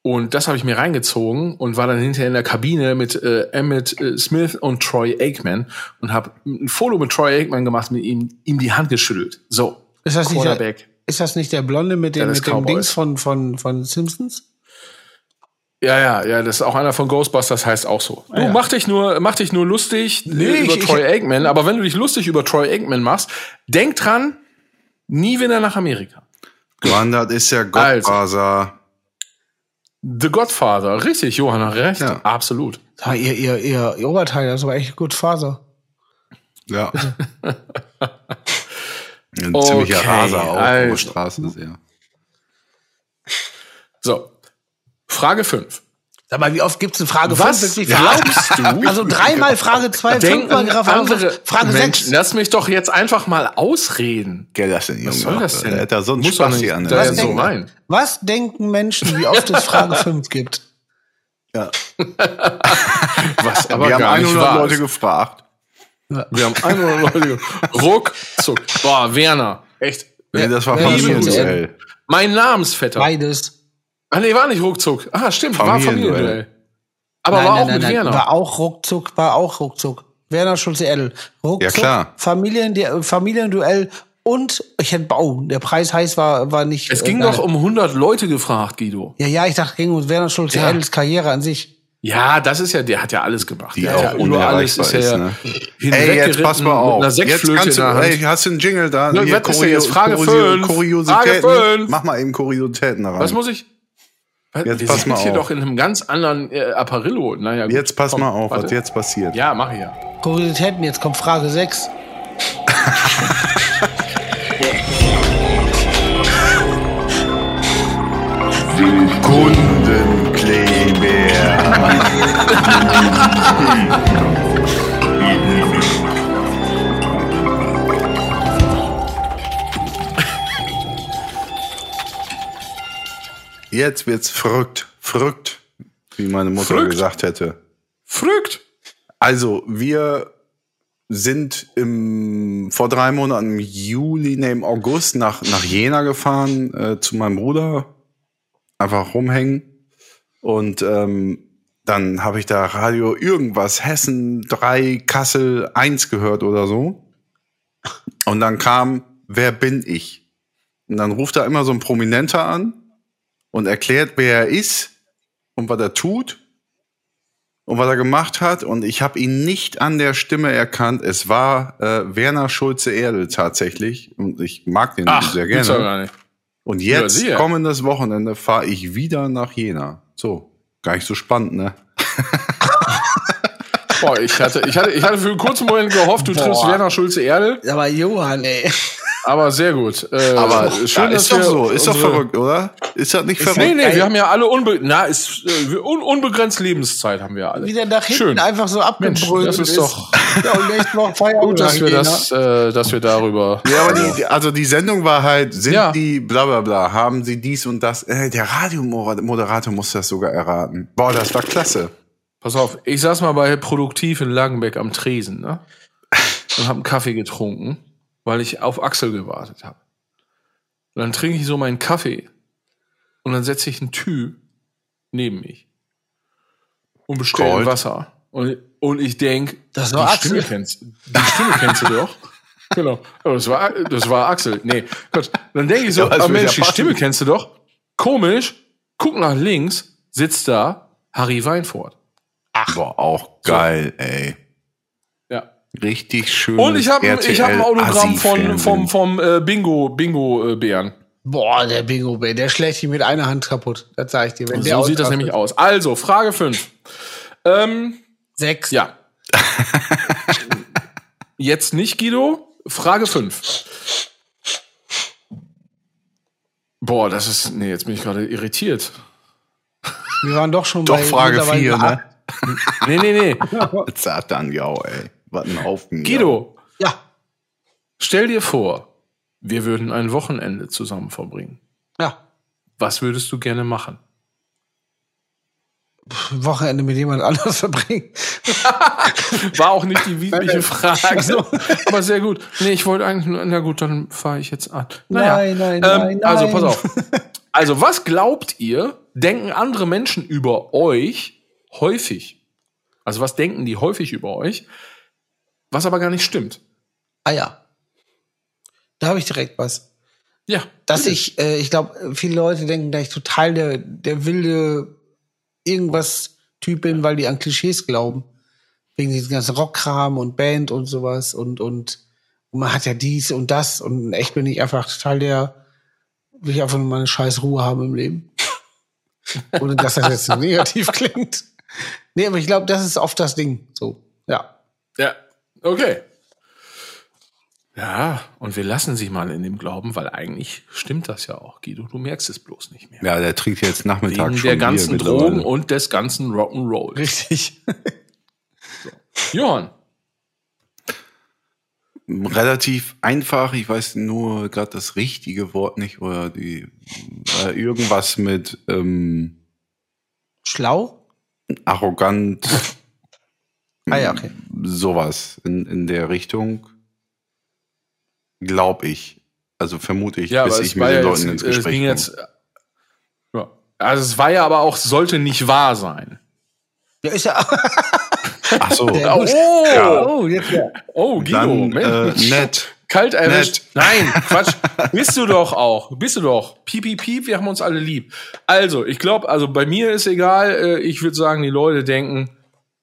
Und das habe ich mir reingezogen und war dann hinterher in der Kabine mit äh, Emmett äh, Smith und Troy Aikman und habe ein Foto mit Troy Aikman gemacht, mit ihm ihm die Hand geschüttelt. So. Ist das nicht der, Quarterback. ist das nicht der Blonde mit dem, Dallas mit dem Cowboys. Dings von, von, von Simpsons? Ja, ja, ja, das ist auch einer von Ghostbusters, heißt auch so. Du Ah, ja. mach dich nur, mach dich nur lustig äh, ich- über ich- Troy Aikman, aber wenn du dich lustig über Troy Aikman machst, denk dran, nie wieder nach Amerika. Gewandert ist ja Also. Gottfaser. The Godfather, richtig, Johann, hat recht, Ja. absolut. Sag mal, ihr, ihr, ihr, ihr Oberteil, das war echt gut Faser. Ja. Ein ziemlicher Okay, Raser auch, also. also. Straße ist ja. So. Frage 5. Sag mal, wie oft gibt's eine Frage Was fünf? Wirklich glaubst verraten? du? Also dreimal Frage zwei, fünfmal Frage, Frage Mensch, sechs. lass mich doch jetzt einfach mal ausreden. Gell, das denn, Junge? Was soll das denn? Der hat da so einen Muss doch Spaß nicht hier an. da der jetzt so Sendung. rein. Was denken Menschen, wie oft es Frage fünf gibt? Ja. Was aber Wir haben gar nicht 100 wahr Leute ist. gefragt. Wir haben 100 Leute. Ruckzuck. Boah, Werner. Echt. Nee, das war Ja, Familienduell. Mein Namensvetter. Beides. Ah, nee, war nicht Ruckzuck. Ah, stimmt, war Familienduell. Familienduell. Aber war auch mit Werner. War auch ruckzuck, war auch ruckzuck. Werner Schulze-Edel. Ruckzuck, Ja, klar. Familien, der, Familienduell und ich hätte, oh, der Preis heiß war, war nicht. es äh, ging nein. doch um 100 Leute gefragt, Guido. Ja, ja, ich dachte, ging um Werner Schulze-Edels Karriere an sich. Ja, das ist ja, der hat ja alles gemacht. Die der auch hat ja über unerreichbar alles ist, ist, ja ne? hinweggeritten Ey, jetzt pass mal Mit einer auf. Jetzt Sektflöte kannst du, in der Hand. ey, hast du einen Jingle da? Ja, was ist denn jetzt? Frage fünf. Kuriositäten. Frage fünf. Mach mal eben Kuriositäten da rein. Was muss ich? Was? Jetzt Wir pass sind mal jetzt hier auf. doch in einem ganz anderen äh, Apparillo. Naja, gut, jetzt pass komm, mal auf, was warte. jetzt passiert. Ja, mach ich ja. Kuriositäten, jetzt kommt Frage 6. Sekundenkleber. Jetzt wird's verrückt, verrückt, wie meine Mutter Verrückt? gesagt hätte. Frügt. Also, wir sind im, vor drei Monaten im Juli, nee, im August nach, nach Jena gefahren äh, zu meinem Bruder. Einfach rumhängen. Und ähm, dann habe ich da Radio irgendwas, Hessen 3, Kassel 1 gehört oder so. Und dann kam, wer bin ich? Und dann ruft da immer so ein Prominenter an und erklärt, wer er ist und was er tut und was er gemacht hat. Und ich habe ihn nicht an der Stimme erkannt. Es war äh, Werner Schulze Erde tatsächlich. Und ich mag den Ach, sehr gibt's doch gerne. gar nicht. Und jetzt Ja, siehe. kommendes Wochenende fahre ich wieder nach Jena. So, gar nicht so spannend, ne? Boah, ich hatte, ich hatte, ich hatte für einen kurzen Moment gehofft, du Boah. triffst Werner Schulze Erde, Aber Johann, ey. aber sehr gut. Äh, Aber ja, dass ist doch wir so, ist doch unsere- verrückt, oder? Ist das nicht Nee, verrückt? nee, wir haben ja alle unbe na, ist, äh, un unbegrenzt Lebenszeit haben wir alle. Wieder nach hinten Schön. einfach so Mensch, abgebrüllt. das ist doch Ja, und nächste Woche Feierabend. gut, dass wir nachgehen, das, ne? äh, dass wir darüber. Ja, aber die, die- also die Sendung war halt, sind Ja. die bla bla bla, haben sie dies und das. Äh, der Radiomoderator muss das sogar erraten. Boah, das war klasse. Pass auf, ich saß mal bei Produktiv in Langenbeck am Tresen, ne? Und hab einen Kaffee getrunken, weil ich auf Axel gewartet habe. Und dann trinke ich so meinen Kaffee und dann setze ich einen Typ neben mich und bestelle Gold. Wasser. Und, und ich denk, Das die war Axel. Stimme kennst, die Stimme kennst du doch. Genau. Aber das war, das war Axel. Nee, Gott. Dann denke ich so, Ja, das also ah, wird Mensch, ja die passen. Stimme kennst du doch. Komisch. Guck nach links, sitzt da Harry Weinfurt. Ach. Boah, auch geil, ey. Ja. Richtig schön. Und ich habe ich hab ein Autogramm von, vom, vom äh, Bingo, Bingo äh, Bären. Boah, der Bingo Bay, der schlägt ihn mit einer Hand kaputt. Das sag ich dir. Wenn der So sieht das ausrastet. nämlich aus. Also, Frage 5. Ähm, Sechs. ja. Jetzt nicht, Guido. Frage 5. Boah, das ist. Nee, jetzt bin ich gerade irritiert. Wir waren doch schon Doch, bei Frage mittlerweile 4, acht. ne? Nee, nee, nee. Satan, ja, ey. Was ein Haufen. Guido, Ja, stell dir vor, wir würden ein Wochenende zusammen verbringen. ja. Was würdest du gerne machen? Wochenende mit jemand anders verbringen. War auch nicht die wichtige Frage. so. Aber sehr gut. Nee, ich wollte eigentlich nur, na gut, dann fahre ich jetzt an. Nein, nein, nein, Also, nein. pass auf. Also, was glaubt ihr, denken andere Menschen über euch häufig? Also, was denken die häufig über euch? Was aber gar nicht stimmt. Ah ja. Da habe ich direkt was. Ja. Dass ich, äh, ich glaube, viele Leute denken, dass ich total der, der wilde irgendwas Typ bin, weil die an Klischees glauben. Wegen diesem ganzen Rockkram und Band und sowas und, und, und man hat ja dies und das und in echt bin ich einfach total der, will ich einfach nur meine scheiß Ruhe haben im Leben. Ohne dass das jetzt so negativ klingt. Nee, aber ich glaube, das ist oft das Ding. So, ja. Ja. Okay. Ja, und wir lassen sie mal in dem Glauben, weil eigentlich stimmt das ja auch, Guido. Du merkst es bloß nicht mehr. Ja, der trinkt jetzt Nachmittag Wegen schon der Bier ganzen mittlerweile. Drogen und des ganzen Rock'n'Roll. Richtig. Johann. relativ einfach. Ich weiß nur gerade das richtige Wort nicht oder die äh, irgendwas mit ähm, Schlau? arrogant, Ah ja, okay. sowas in, in der Richtung, glaube ich. Also vermute ich, Ja, bis aber ich es mit war den ja Leuten jetzt, äh, ins es Gespräch ging komme. jetzt. Ja. Also es war ja aber auch, sollte nicht wahr sein. Ja, ist ja. Ach so, Ja, gut. Oh, Oh, jetzt ja. oh Guido, dann äh, Mensch. nett. kalt erwischt. Nein, Quatsch. Bist du doch auch. Bist du doch. Piep, piep, piep, wir haben uns alle lieb. Also, ich glaube, also bei mir ist egal. Äh, Ich würde sagen, die Leute denken,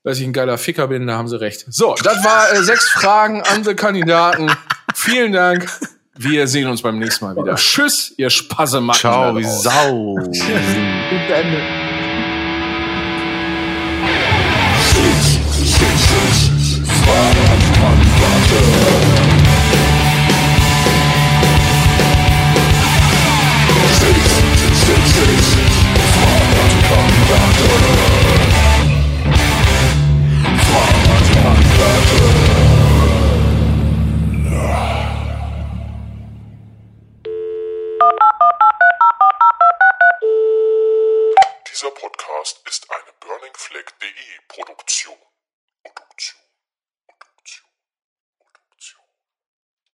dass ich ein geiler Ficker bin, da haben sie recht. So, das war äh, sechs Fragen an die Kandidaten. Vielen Dank. Wir sehen uns beim nächsten Mal wieder. Tschüss, ihr Spassemacken. da Ciao, wie draußen. Sau. Gut beendet.